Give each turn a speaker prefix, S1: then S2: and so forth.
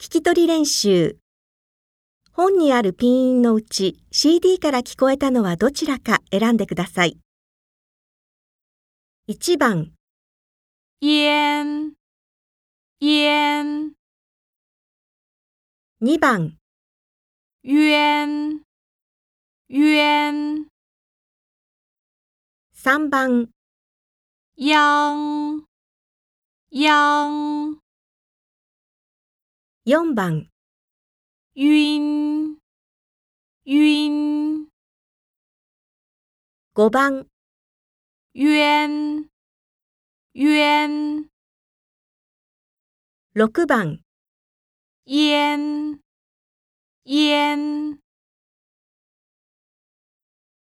S1: 聞き取り練習。本にあるピンインのうち CD から聞こえたのはどちらか選んでください。1番、
S2: 烟，烟，
S1: 2番、
S2: 冤，冤，
S1: 3番、
S2: 殃，殃，
S1: 4番、
S2: 晕，晕，
S1: 5番、
S2: 冤，冤，
S1: 6番。
S2: 烟，烟。